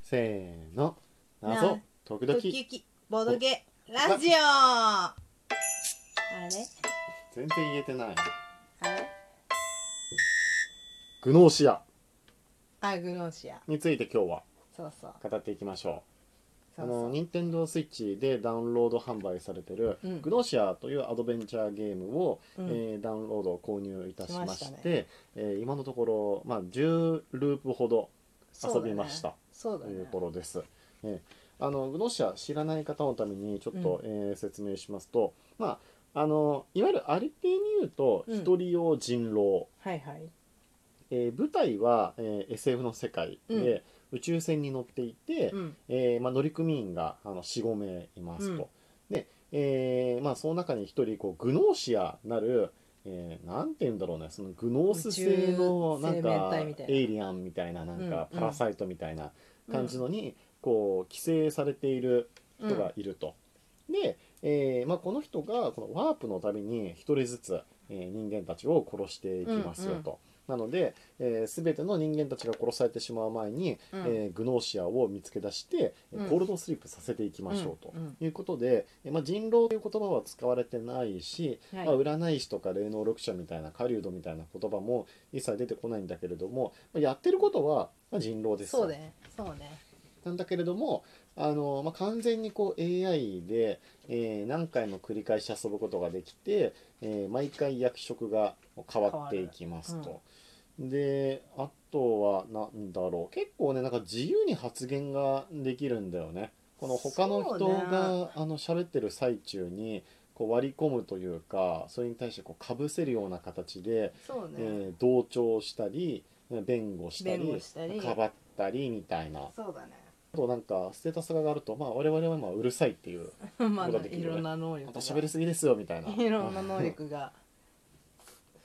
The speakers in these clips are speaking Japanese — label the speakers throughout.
Speaker 1: せーの謎
Speaker 2: な
Speaker 1: 時々
Speaker 2: ドキドキボドゲラジオあれ
Speaker 1: 全然言えてない
Speaker 2: あれ
Speaker 1: グノーシア
Speaker 2: あグノーシア
Speaker 1: について今日は
Speaker 2: そうそう
Speaker 1: 語っていきましょう
Speaker 2: そう
Speaker 1: あ
Speaker 2: そ
Speaker 1: の
Speaker 2: う
Speaker 1: 任天堂スイッチでダウンロード販売されてる、
Speaker 2: うん
Speaker 1: グノーシアというアドベンチャーゲームを、
Speaker 2: うん
Speaker 1: えーダウンロードを購入いたしまして
Speaker 2: しました
Speaker 1: えー今のところ、まあ、10ループほど遊びました
Speaker 2: そうだ
Speaker 1: と
Speaker 2: ね
Speaker 1: いう頃です。えーあのグノシア知らない方のためにちょっと、えー説明しますと、まあ、あのいわゆるアリティに言うと
Speaker 2: うん
Speaker 1: 一人用人狼、
Speaker 2: はいはい
Speaker 1: えー舞台は、えー SF の世界で、宇宙船に乗っていて、
Speaker 2: うん
Speaker 1: えーまあ、乗組員があの45名いますと。で、えーまあ、その中に一人こうグノーシアなる、えーなんて言うんだろうねそのグノース製の
Speaker 2: 宇宙
Speaker 1: なん
Speaker 2: 生命
Speaker 1: か
Speaker 2: 体みたいな
Speaker 1: エイリアンみたいななんか
Speaker 2: うん
Speaker 1: パラサイトみたいな感じのに、こう寄生されている人がいると。で、えーまあ、この人がこのワープのたびに一人ずつ、えー人間たちを殺していきますよと。なので、えー、全ての人間たちが殺されてしまう前に、
Speaker 2: うん
Speaker 1: えーグノーシアを見つけ出して、えー
Speaker 2: うん
Speaker 1: コールドスリープさせていきましょうと。
Speaker 2: うん
Speaker 1: いうことで、えーまあ、人狼という言葉は使われてないし、
Speaker 2: うんはい
Speaker 1: まあ、占い師とか霊能力者みたいな狩人みたいな言葉も一切出てこないんだけれども、まあ、やってることは、まあ、人狼ですよ
Speaker 2: そうねそうね
Speaker 1: なんだけれどもあの、まあ、完全にこう AI で、えー何回も繰り返し遊ぶことができて、えー毎回役職が変わっていきます
Speaker 2: 変わ
Speaker 1: と。であとはなんだろう結構ねなんか自由に発言ができるんだよね。この他の人
Speaker 2: そうね
Speaker 1: が、あの喋ってる最中にこう割り込むというかそれに対してこうかぶせるような形で、
Speaker 2: そうね
Speaker 1: えー同調したり弁護した
Speaker 2: 弁護
Speaker 1: り
Speaker 2: したり
Speaker 1: かばったりみたいな
Speaker 2: そうだね
Speaker 1: あとなんかステータスが上がると、まあ、我々はまあうるさいっていう
Speaker 2: まあ
Speaker 1: ことができる
Speaker 2: い
Speaker 1: よね
Speaker 2: ろんな
Speaker 1: 「
Speaker 2: 能
Speaker 1: あ
Speaker 2: 力
Speaker 1: ん
Speaker 2: が
Speaker 1: た喋りすぎですよ」みたいな。
Speaker 2: いろんな能力が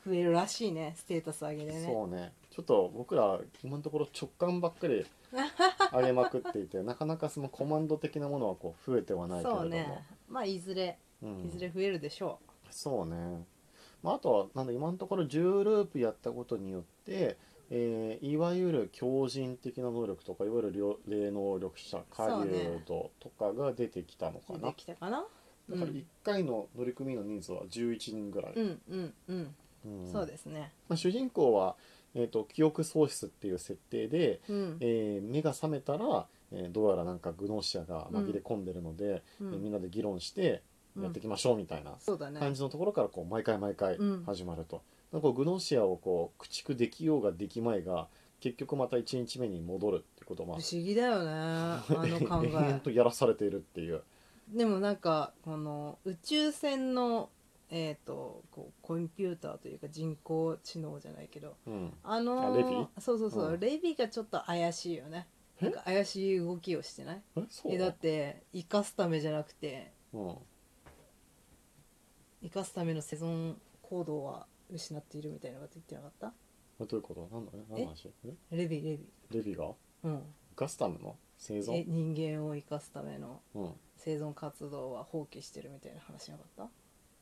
Speaker 2: 増えるらしいねステータス上げでね
Speaker 1: そうねちょっと僕ら今のところ直感ばっかり上げまくってい てなかなかそのコマンド的なものはこう増えてはないけれど
Speaker 2: そ
Speaker 1: も
Speaker 2: うねまあいずれ
Speaker 1: うん
Speaker 2: いずれ増えるでしょ
Speaker 1: そうね、まあ、あとはなんだ今のところ10ループやったことによって、えーいわゆる強人的な能力とかいわゆる両霊能力者
Speaker 2: そう
Speaker 1: 狩
Speaker 2: ね
Speaker 1: 人とかが出てきたのか
Speaker 2: う出
Speaker 1: な、
Speaker 2: てきたかな
Speaker 1: だから1回の乗組員の人数は11人ぐらい、
Speaker 2: うんうんうん、
Speaker 1: うん
Speaker 2: そうですね
Speaker 1: まあ、主人公は、えー、と記憶喪失っていう設定で、
Speaker 2: うん、
Speaker 1: えー目が覚めたら、えーどうやらなんかグノーシアが紛れ込んでるので、
Speaker 2: う
Speaker 1: えーみん
Speaker 2: ん、
Speaker 1: なで議論してやっていきましょうみたいな
Speaker 2: そうだね
Speaker 1: 感じのところからこう毎回毎回
Speaker 2: うん
Speaker 1: 始まると、なんかこうグノーシアをこう駆逐できようができまいが結局また1日目に戻るってこと
Speaker 2: 不
Speaker 1: は
Speaker 2: 思議だよねあ の考
Speaker 1: 延々
Speaker 2: え
Speaker 1: とやらされているっていう
Speaker 2: でもなんかこの宇宙船のえー、とこうコンピューターというか人工知能じゃないけど
Speaker 1: うん
Speaker 2: あの
Speaker 1: あレビ
Speaker 2: そうそうそう、
Speaker 1: うん
Speaker 2: レビがちょっと怪しいよね
Speaker 1: え
Speaker 2: なんか怪しい動きをしてない
Speaker 1: えそう
Speaker 2: えだって生かすためじゃなくて
Speaker 1: うん
Speaker 2: 生かすための生存行動は失っているみたいなこと言ってなかった
Speaker 1: えどういうことなんだえ何の話え
Speaker 2: レビレビ
Speaker 1: レビが
Speaker 2: うん
Speaker 1: ガスタムの生
Speaker 2: え
Speaker 1: 存
Speaker 2: 人間を生かすための
Speaker 1: うん
Speaker 2: 生存活動は放棄してるみたいな話なかった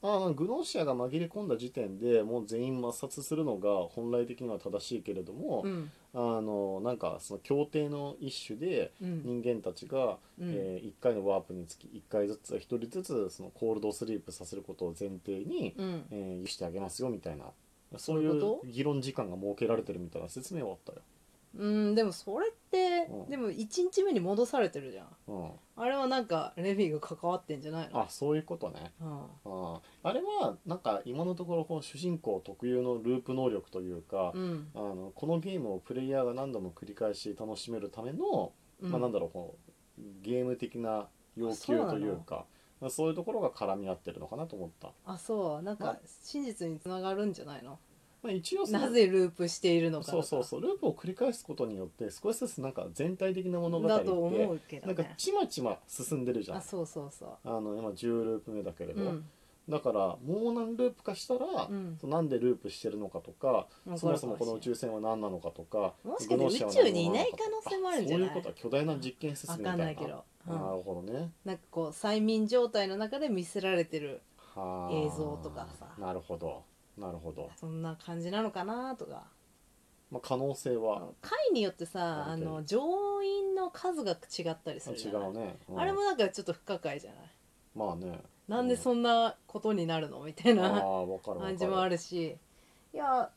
Speaker 1: ああグノーシアが紛れ込んだ時点でもう全員抹殺するのが本来的には正しいけれども、
Speaker 2: うん
Speaker 1: あのなんかその協定の一種で
Speaker 2: うん
Speaker 1: 人間たちが、
Speaker 2: うん
Speaker 1: え1回のワープにつき1回ずつ1人ずつそのコールドスリープさせることを前提に、
Speaker 2: うん
Speaker 1: えー許してあげますよみたいなそう
Speaker 2: そう
Speaker 1: い
Speaker 2: いうこ
Speaker 1: う議論時間が設けられてるみたいな説明はあった
Speaker 2: うんでもそれって、
Speaker 1: うん
Speaker 2: でも1日目に戻されてるじゃん
Speaker 1: よ、
Speaker 2: あれはなんかレビが関わってんじゃない
Speaker 1: うん、
Speaker 2: の
Speaker 1: あそういうことね
Speaker 2: うん、
Speaker 1: あああれはなんか今のところこう主人公特有のループ能力というか、
Speaker 2: うん
Speaker 1: あのこのゲームをプレイヤーが何度も繰り返し楽しめるための、
Speaker 2: うん
Speaker 1: まあ、なんだろうこうゲーム的な要求というかそういうところが絡み合ってるのかなと思った、
Speaker 2: あそうな
Speaker 1: ま
Speaker 2: んか
Speaker 1: あ
Speaker 2: 真実につながるんじゃないの
Speaker 1: まあ、一応その
Speaker 2: なぜループしているのか
Speaker 1: そうそうそうループを繰り返すことによって少しずつなんか全体的な物語っ
Speaker 2: だと思
Speaker 1: て
Speaker 2: うけど
Speaker 1: なんか
Speaker 2: ね
Speaker 1: ちまちま進んでるじゃん
Speaker 2: あそうそうそ
Speaker 1: あの今10ループ目だけれ
Speaker 2: うう
Speaker 1: ど、
Speaker 2: ん
Speaker 1: だからもう何ループかしたら、
Speaker 2: うん
Speaker 1: そうなんでループしてるのかとか
Speaker 2: わ
Speaker 1: そ
Speaker 2: か
Speaker 1: も
Speaker 2: る
Speaker 1: そ
Speaker 2: か
Speaker 1: も
Speaker 2: も
Speaker 1: この宇
Speaker 2: しれ
Speaker 1: 宙船は何なのかとか
Speaker 2: ないもしか
Speaker 1: グノーシア
Speaker 2: し
Speaker 1: は
Speaker 2: て
Speaker 1: 何
Speaker 2: 宇宙にい
Speaker 1: なのか
Speaker 2: ない
Speaker 1: とか
Speaker 2: 可能性もあるんじゃない
Speaker 1: そういうことは巨大な実験施設
Speaker 2: わ
Speaker 1: みた
Speaker 2: か
Speaker 1: い
Speaker 2: ん
Speaker 1: な
Speaker 2: ないけど、う
Speaker 1: なる
Speaker 2: ん、
Speaker 1: ほどね
Speaker 2: なんかこう催眠状態の中で見せられてる
Speaker 1: はあ
Speaker 2: 映像とかさ
Speaker 1: なるほどなるほど
Speaker 2: そんな感じなのかなとか
Speaker 1: まあ、可能性
Speaker 2: あ
Speaker 1: は
Speaker 2: の回によってさ
Speaker 1: あ
Speaker 2: あ
Speaker 1: るけど
Speaker 2: の乗員の数が違ったりする
Speaker 1: 違
Speaker 2: じゃないう
Speaker 1: ね、うん
Speaker 2: あれもなんかちょっと不可解じゃない
Speaker 1: まあ ね
Speaker 2: なんでそんなことになるのみたい
Speaker 1: あ
Speaker 2: な
Speaker 1: あ分かる分かる
Speaker 2: 感じもあるしいや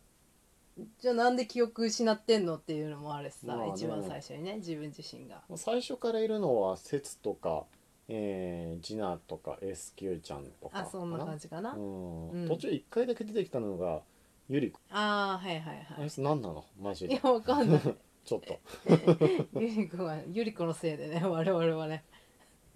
Speaker 2: じゃあなんで記憶失ってんのっていうのもあるしさ、
Speaker 1: まあね
Speaker 2: 一番最初にね自分自身が
Speaker 1: まあ最初からいるのは節とか、えー、ジナとか S q ちゃんとか
Speaker 2: あそんな感
Speaker 1: じ
Speaker 2: じかな、
Speaker 1: うん
Speaker 2: うん
Speaker 1: 途中一回だけ出てきたのがゆり
Speaker 2: ああはいはい
Speaker 1: あ
Speaker 2: はい
Speaker 1: つ何なのマジ
Speaker 2: い
Speaker 1: で
Speaker 2: やわかんない
Speaker 1: ちょっと
Speaker 2: ゆり子はゆり子のせいでね我々はね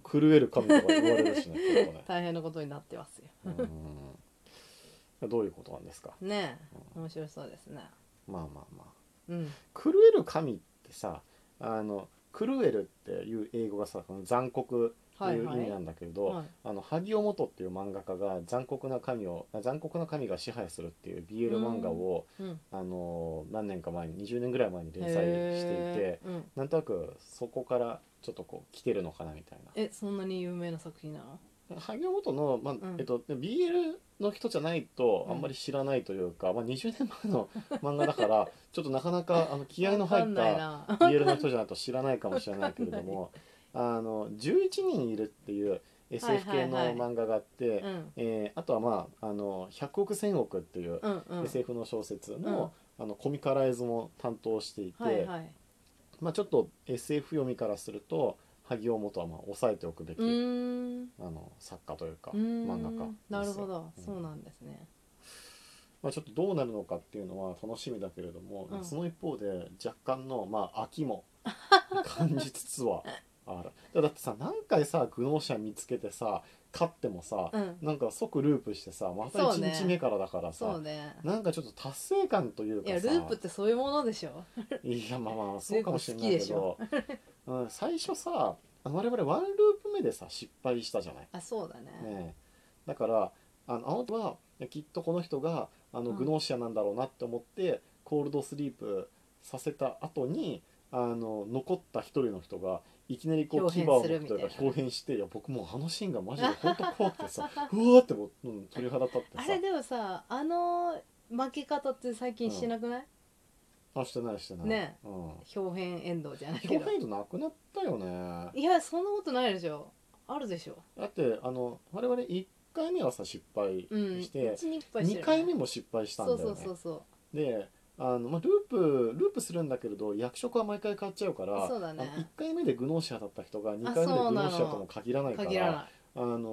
Speaker 1: 狂える神とか言われるしねちょっとね
Speaker 2: 大変なことになってますよ
Speaker 1: うんどういうことなんですか
Speaker 2: ねえ面白そうですね
Speaker 1: まあまあまあ
Speaker 2: うん
Speaker 1: 狂える神ってさあの狂えるっていう英語がさこの残酷って
Speaker 2: はい
Speaker 1: いう
Speaker 2: は
Speaker 1: 意味
Speaker 2: い
Speaker 1: なんだけれど、
Speaker 2: はい
Speaker 1: あの萩尾元っていう漫画家が残酷な神をあ残酷な神が支配するっていう BL 漫画を、
Speaker 2: うん
Speaker 1: あの何年か前に20年ぐらい前に連載していて
Speaker 2: へえうん
Speaker 1: なんとなくそこからちょっとこう来てるのかなみたい
Speaker 2: えそんなに有名な作品なの
Speaker 1: な萩尾元の、まあ
Speaker 2: ん
Speaker 1: えっと、BL の人じゃないと
Speaker 2: うん
Speaker 1: あんまり知らないというか、まあ、20年前 の漫画だからちょっとなかなかあの気合の入
Speaker 2: わ
Speaker 1: っ
Speaker 2: かんない
Speaker 1: た
Speaker 2: な
Speaker 1: BL の人じゃないと知らないかもしれないけれど もあの11人いるっていう
Speaker 2: はい
Speaker 1: SF
Speaker 2: はい
Speaker 1: 系の
Speaker 2: はい
Speaker 1: 漫画があって、
Speaker 2: うん
Speaker 1: えーあとはまああの「100億1000億」っていう
Speaker 2: うんうん
Speaker 1: SF の小説の,、あのコミカライズも担当していて、
Speaker 2: はいはい
Speaker 1: まあ、ちょっと SF 読みからすると萩尾元はまあ抑えておくべき、
Speaker 2: うーん
Speaker 1: あの作家というか
Speaker 2: うーん
Speaker 1: 漫画家ですよ
Speaker 2: なるほど、
Speaker 1: うん
Speaker 2: そうなんですね
Speaker 1: まあ、ちょっとどうなるのかっていうのは楽しみだけれども、
Speaker 2: うん
Speaker 1: その一方で若干の、まあ、秋 も感じつつはあるだだってさ何回さグノーシャ見つけてさ勝ってもさ、
Speaker 2: うん
Speaker 1: なんか即ループしてさまた
Speaker 2: そうね
Speaker 1: 1日目からだからさ、
Speaker 2: そうね
Speaker 1: なんかちょっと達成感という
Speaker 2: い
Speaker 1: か
Speaker 2: や
Speaker 1: さ
Speaker 2: ループってそういうものでしょ
Speaker 1: いやまあまあそうかもしれないけど、うん、最初さあの我々ワンループ目でさ失敗したじゃない、
Speaker 2: あそうだね
Speaker 1: ねえ、だからあのあの人はいやきっとこの人があの
Speaker 2: うん
Speaker 1: グノーシアなんだろうなって思って、コールドスリープさせた後にあの残った一人の人がいきなりこう
Speaker 2: 豹
Speaker 1: 牙
Speaker 2: 変
Speaker 1: を
Speaker 2: する
Speaker 1: 持って
Speaker 2: みたいな
Speaker 1: 表現していや僕もうあのシーンがマジで本当怖くてさ うわーってもう、うん、鳥肌立ってさ
Speaker 2: あれでもさあの負け方って最近してなくない、
Speaker 1: あしてないしてない、
Speaker 2: ね
Speaker 1: うん、
Speaker 2: 表変遠藤じゃないけ
Speaker 1: 表
Speaker 2: ど
Speaker 1: 現度なくなったよね
Speaker 2: いやそんなことないでしょあるでしょ
Speaker 1: だってあの我々1回目はさ失敗
Speaker 2: うん
Speaker 1: して、
Speaker 2: 一二
Speaker 1: 二
Speaker 2: 回して
Speaker 1: 2
Speaker 2: る
Speaker 1: 回目も失敗したんだよね
Speaker 2: そうそうそうそう
Speaker 1: であの、まあ、ループループするんだけれど役職は毎回変わっちゃうから
Speaker 2: そうだね
Speaker 1: あの1回目でグノーシアだった人が2回目で
Speaker 2: そう
Speaker 1: グ
Speaker 2: なの
Speaker 1: ノーシアとも限らないから
Speaker 2: 限らない
Speaker 1: あの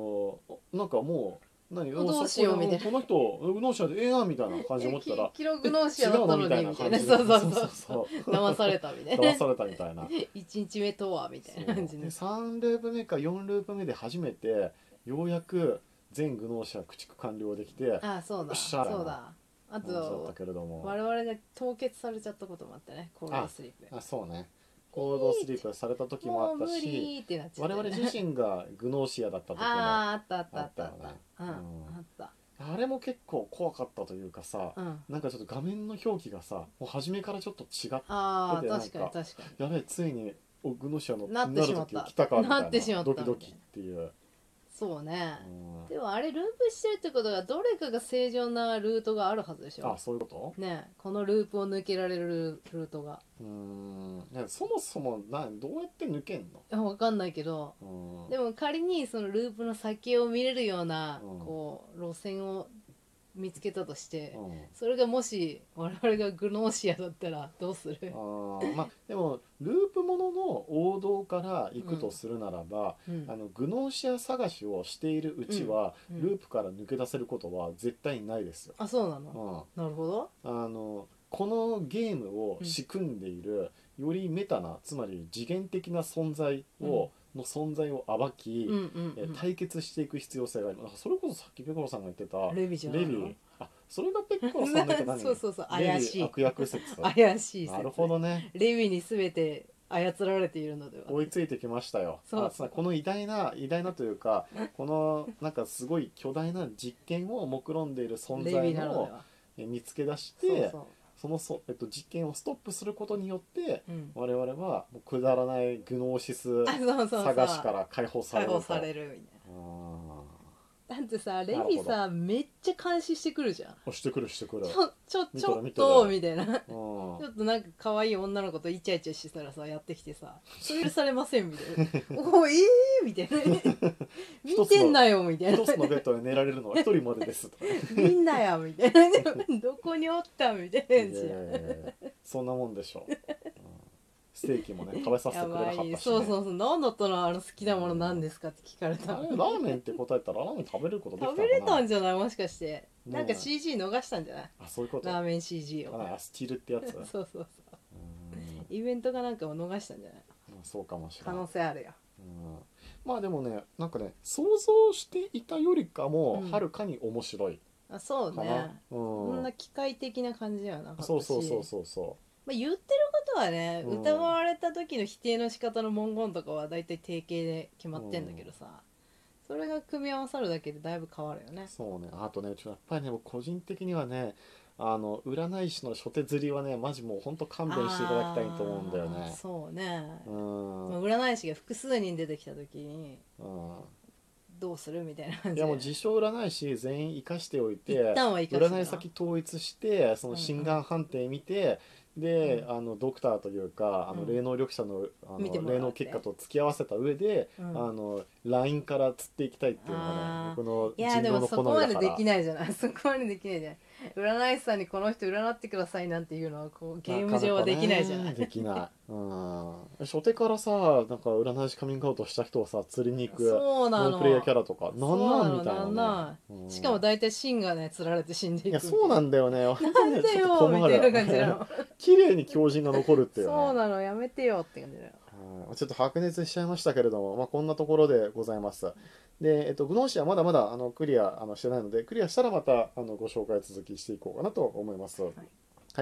Speaker 1: おなんかもう何
Speaker 2: どうしようみたいな
Speaker 1: この人グノーシアでええなみたいな感じで思ってた
Speaker 2: え
Speaker 1: ら
Speaker 2: き記録のシアだったの
Speaker 1: え違
Speaker 2: に
Speaker 1: う
Speaker 2: みたいな
Speaker 1: みた
Speaker 2: そう
Speaker 1: い
Speaker 2: そう
Speaker 1: 感じでそ
Speaker 2: そう
Speaker 1: うそうそう
Speaker 2: 騙されたみたいな
Speaker 1: 騙されたみたいな
Speaker 2: 一日目とはみたいな感じ
Speaker 1: で
Speaker 2: で
Speaker 1: 3ループ目か4ループ目で初めてようやく全グノーシア駆逐完了できて
Speaker 2: あそう
Speaker 1: お
Speaker 2: だ
Speaker 1: っしゃらな
Speaker 2: そうだあ
Speaker 1: 面白かっ
Speaker 2: と
Speaker 1: たけれども
Speaker 2: 我々が凍結されちゃったこともあったねコールドスリープ
Speaker 1: あそうねコールドスリープされた時もあ
Speaker 2: もう
Speaker 1: った
Speaker 2: 無
Speaker 1: し
Speaker 2: 理ってなっちゃっ
Speaker 1: 我
Speaker 2: た
Speaker 1: 々自身がグノーシアだった時もあ
Speaker 2: あああったあったあったあ
Speaker 1: あっ
Speaker 2: っ
Speaker 1: た
Speaker 2: たうん
Speaker 1: よねうん
Speaker 2: あった
Speaker 1: れも結構怖かったというかさ
Speaker 2: うん
Speaker 1: なんかちょっと画面の表記がさもう初めからちょっと違っ
Speaker 2: ああ
Speaker 1: だっ
Speaker 2: 確
Speaker 1: て
Speaker 2: か
Speaker 1: なん
Speaker 2: に
Speaker 1: か
Speaker 2: 確かに
Speaker 1: やべえついにおグノーシアの
Speaker 2: なってしまった
Speaker 1: なる時来たかみたいな
Speaker 2: なってしまった
Speaker 1: ドキドキっていう、
Speaker 2: そうね
Speaker 1: うん
Speaker 2: でもあれループしてるってことがどれかが正常なルートがあるはずでし
Speaker 1: あ
Speaker 2: ょ
Speaker 1: そういうこと
Speaker 2: ねえこのループを抜けられるルートが
Speaker 1: うーんねそもそもなどうやって抜けんの
Speaker 2: いやわかんないけど
Speaker 1: うん
Speaker 2: でも仮にそのループの先を見れるような
Speaker 1: うん
Speaker 2: こう路線を見つけたとして
Speaker 1: うん
Speaker 2: それがもし我々がグノーシアだったらどうする
Speaker 1: あーまあでもループものの王道から行くとするならば、
Speaker 2: うん
Speaker 1: あのグノーシア探しをしているうちは、
Speaker 2: うん
Speaker 1: ループから抜け出せることは絶対にないですよ。
Speaker 2: あそうな
Speaker 1: う
Speaker 2: の
Speaker 1: ん、
Speaker 2: なるほど
Speaker 1: あのこのゲームを仕組んでいる、よりメタなつまり次元的な存在を、の存在を暴き、
Speaker 2: うんうん
Speaker 1: え
Speaker 2: うん
Speaker 1: 対決していく必要性がありますだからそれこそさっきペコロさんが言ってた
Speaker 2: レビじゃないの
Speaker 1: レビあそれがペコロさんだけ何
Speaker 2: そうそうそう
Speaker 1: レビ
Speaker 2: 怪しい
Speaker 1: 悪役説
Speaker 2: 怪しい説
Speaker 1: なるほどね
Speaker 2: レビに全て操られているのでは
Speaker 1: 追いついてきましたよ
Speaker 2: そう
Speaker 1: あつまりこの偉大な偉大なというかこのなんかすごい巨大な実験を目論んでいる存
Speaker 2: レビ
Speaker 1: 在
Speaker 2: なの
Speaker 1: を
Speaker 2: では
Speaker 1: え見つけ出して
Speaker 2: そうそ
Speaker 1: そのそ、えっと、実験をストップすることによって
Speaker 2: う、うん、
Speaker 1: 我々はもうくだらないグノーシス
Speaker 2: あそうそうそう
Speaker 1: 探しから解放さ
Speaker 2: 解
Speaker 1: れると
Speaker 2: 放されるみたいな
Speaker 1: あー
Speaker 2: だってさレ
Speaker 1: なる
Speaker 2: ミ
Speaker 1: ほど
Speaker 2: さめっちゃ監視してくるじゃん
Speaker 1: 押してくるしてくる
Speaker 2: ちょちょ
Speaker 1: 見
Speaker 2: ち
Speaker 1: たら
Speaker 2: ょっ
Speaker 1: 見た
Speaker 2: と
Speaker 1: ら
Speaker 2: みたいな
Speaker 1: う
Speaker 2: ち
Speaker 1: ん
Speaker 2: ょっとなんか可愛い女の子とイチャイチャしてたらさやってきてさ「許されません」みたい な「おーええー」みたいな「見てんなよ」みたいな
Speaker 1: 一つのベッドで寝られるのは一人までですとか ね
Speaker 2: 「見んなや」み たいな「どこにおった」みたい
Speaker 1: い
Speaker 2: な
Speaker 1: や
Speaker 2: や
Speaker 1: いや
Speaker 2: つ
Speaker 1: い
Speaker 2: やん
Speaker 1: やいやそんなもんでしょう、うんステーキもね食べさせて
Speaker 2: や
Speaker 1: くれなか
Speaker 2: ば
Speaker 1: ったし、ね
Speaker 2: い、そうそうそう何だったのあの好きなもの何ですかって聞か れた
Speaker 1: あれラーメンって答えたらラーメン食べることできた
Speaker 2: 食
Speaker 1: の
Speaker 2: べれ
Speaker 1: か
Speaker 2: た
Speaker 1: なん
Speaker 2: じゃないもしかしてなんか
Speaker 1: ねえ
Speaker 2: CG 逃したんじゃない
Speaker 1: あそういうこと
Speaker 2: ラーメン CG を
Speaker 1: あスチールってやつ
Speaker 2: そうそうそう
Speaker 1: うん
Speaker 2: イベントかなんかを逃したんじゃない
Speaker 1: まあそうかもしれ
Speaker 2: 可
Speaker 1: ない、うん
Speaker 2: 能性あるよ
Speaker 1: まあでもねなんかね想像していたよりかも
Speaker 2: うん
Speaker 1: はるかに面白い
Speaker 2: あそう
Speaker 1: か
Speaker 2: ね
Speaker 1: な、うん
Speaker 2: そんな機械的な感じはなかったし
Speaker 1: そうそうそうそうそ
Speaker 2: まあ、言ってることはね、
Speaker 1: うん
Speaker 2: 歌われた時の否定の仕方の文言とかは大体定型で決まってんだけどさ、それが組み合わさるだけでだいぶ変わるよね
Speaker 1: うそうねあとねちょっとやっぱりね僕個人的にはねあの占い師の初手釣りはねマジもうほんと勘弁していただきたいと思うんだよ
Speaker 2: あー
Speaker 1: ね
Speaker 2: そうね、
Speaker 1: うん、
Speaker 2: まあ、占い師が複数人出てきた時に
Speaker 1: うん
Speaker 2: どうするみたいな感
Speaker 1: い
Speaker 2: じ
Speaker 1: や
Speaker 2: で
Speaker 1: もう自称占い師全員生かしておいて
Speaker 2: 一旦は生かしてな
Speaker 1: 占い先統一してその心眼判定見て、で、あのドクターというかあ
Speaker 2: う
Speaker 1: の
Speaker 2: ん
Speaker 1: 霊能力者のあ
Speaker 2: 見ても
Speaker 1: の霊
Speaker 2: らって
Speaker 1: 能結果と付き合わせた上で、
Speaker 2: うん
Speaker 1: あの LINE から釣っていきたいっていうのがね
Speaker 2: あー
Speaker 1: 僕の
Speaker 2: いやで
Speaker 1: 人狼
Speaker 2: も
Speaker 1: の
Speaker 2: そこま
Speaker 1: 好みだ
Speaker 2: で
Speaker 1: か
Speaker 2: で
Speaker 1: ら
Speaker 2: きないじゃない そこまでできないじゃない占い師さんにこの人占ってくださいなんていうのはこうゲーム上はできないじゃな
Speaker 1: かな
Speaker 2: い
Speaker 1: かねできない、うん、初手からさなんか占い師カミングアウトした人をさ釣りに行く
Speaker 2: そうな
Speaker 1: ノ
Speaker 2: の
Speaker 1: ンプレイヤーキャラとかなん
Speaker 2: そう
Speaker 1: なん
Speaker 2: の
Speaker 1: みたいな,、ね
Speaker 2: んな
Speaker 1: うん
Speaker 2: んしかも大体芯がねつられて死んでいく
Speaker 1: いやそうなんだよね
Speaker 2: なん だよみたいな感じなの
Speaker 1: 綺麗に強靭が残るっていうね
Speaker 2: そうなのやめてよって感じだよ
Speaker 1: はいちょっと白熱しちゃいましたけれども、まあ、こんなところでございます。で、えっと、グノーシアまだまだあのクリアあのしてないので、クリアしたらまたあのご紹介続きしていこうかなと思います。は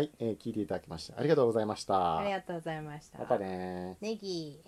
Speaker 1: い、えー聞いていただきましてありがとうございました。
Speaker 2: ありがとうございました
Speaker 1: またねー
Speaker 2: ネギ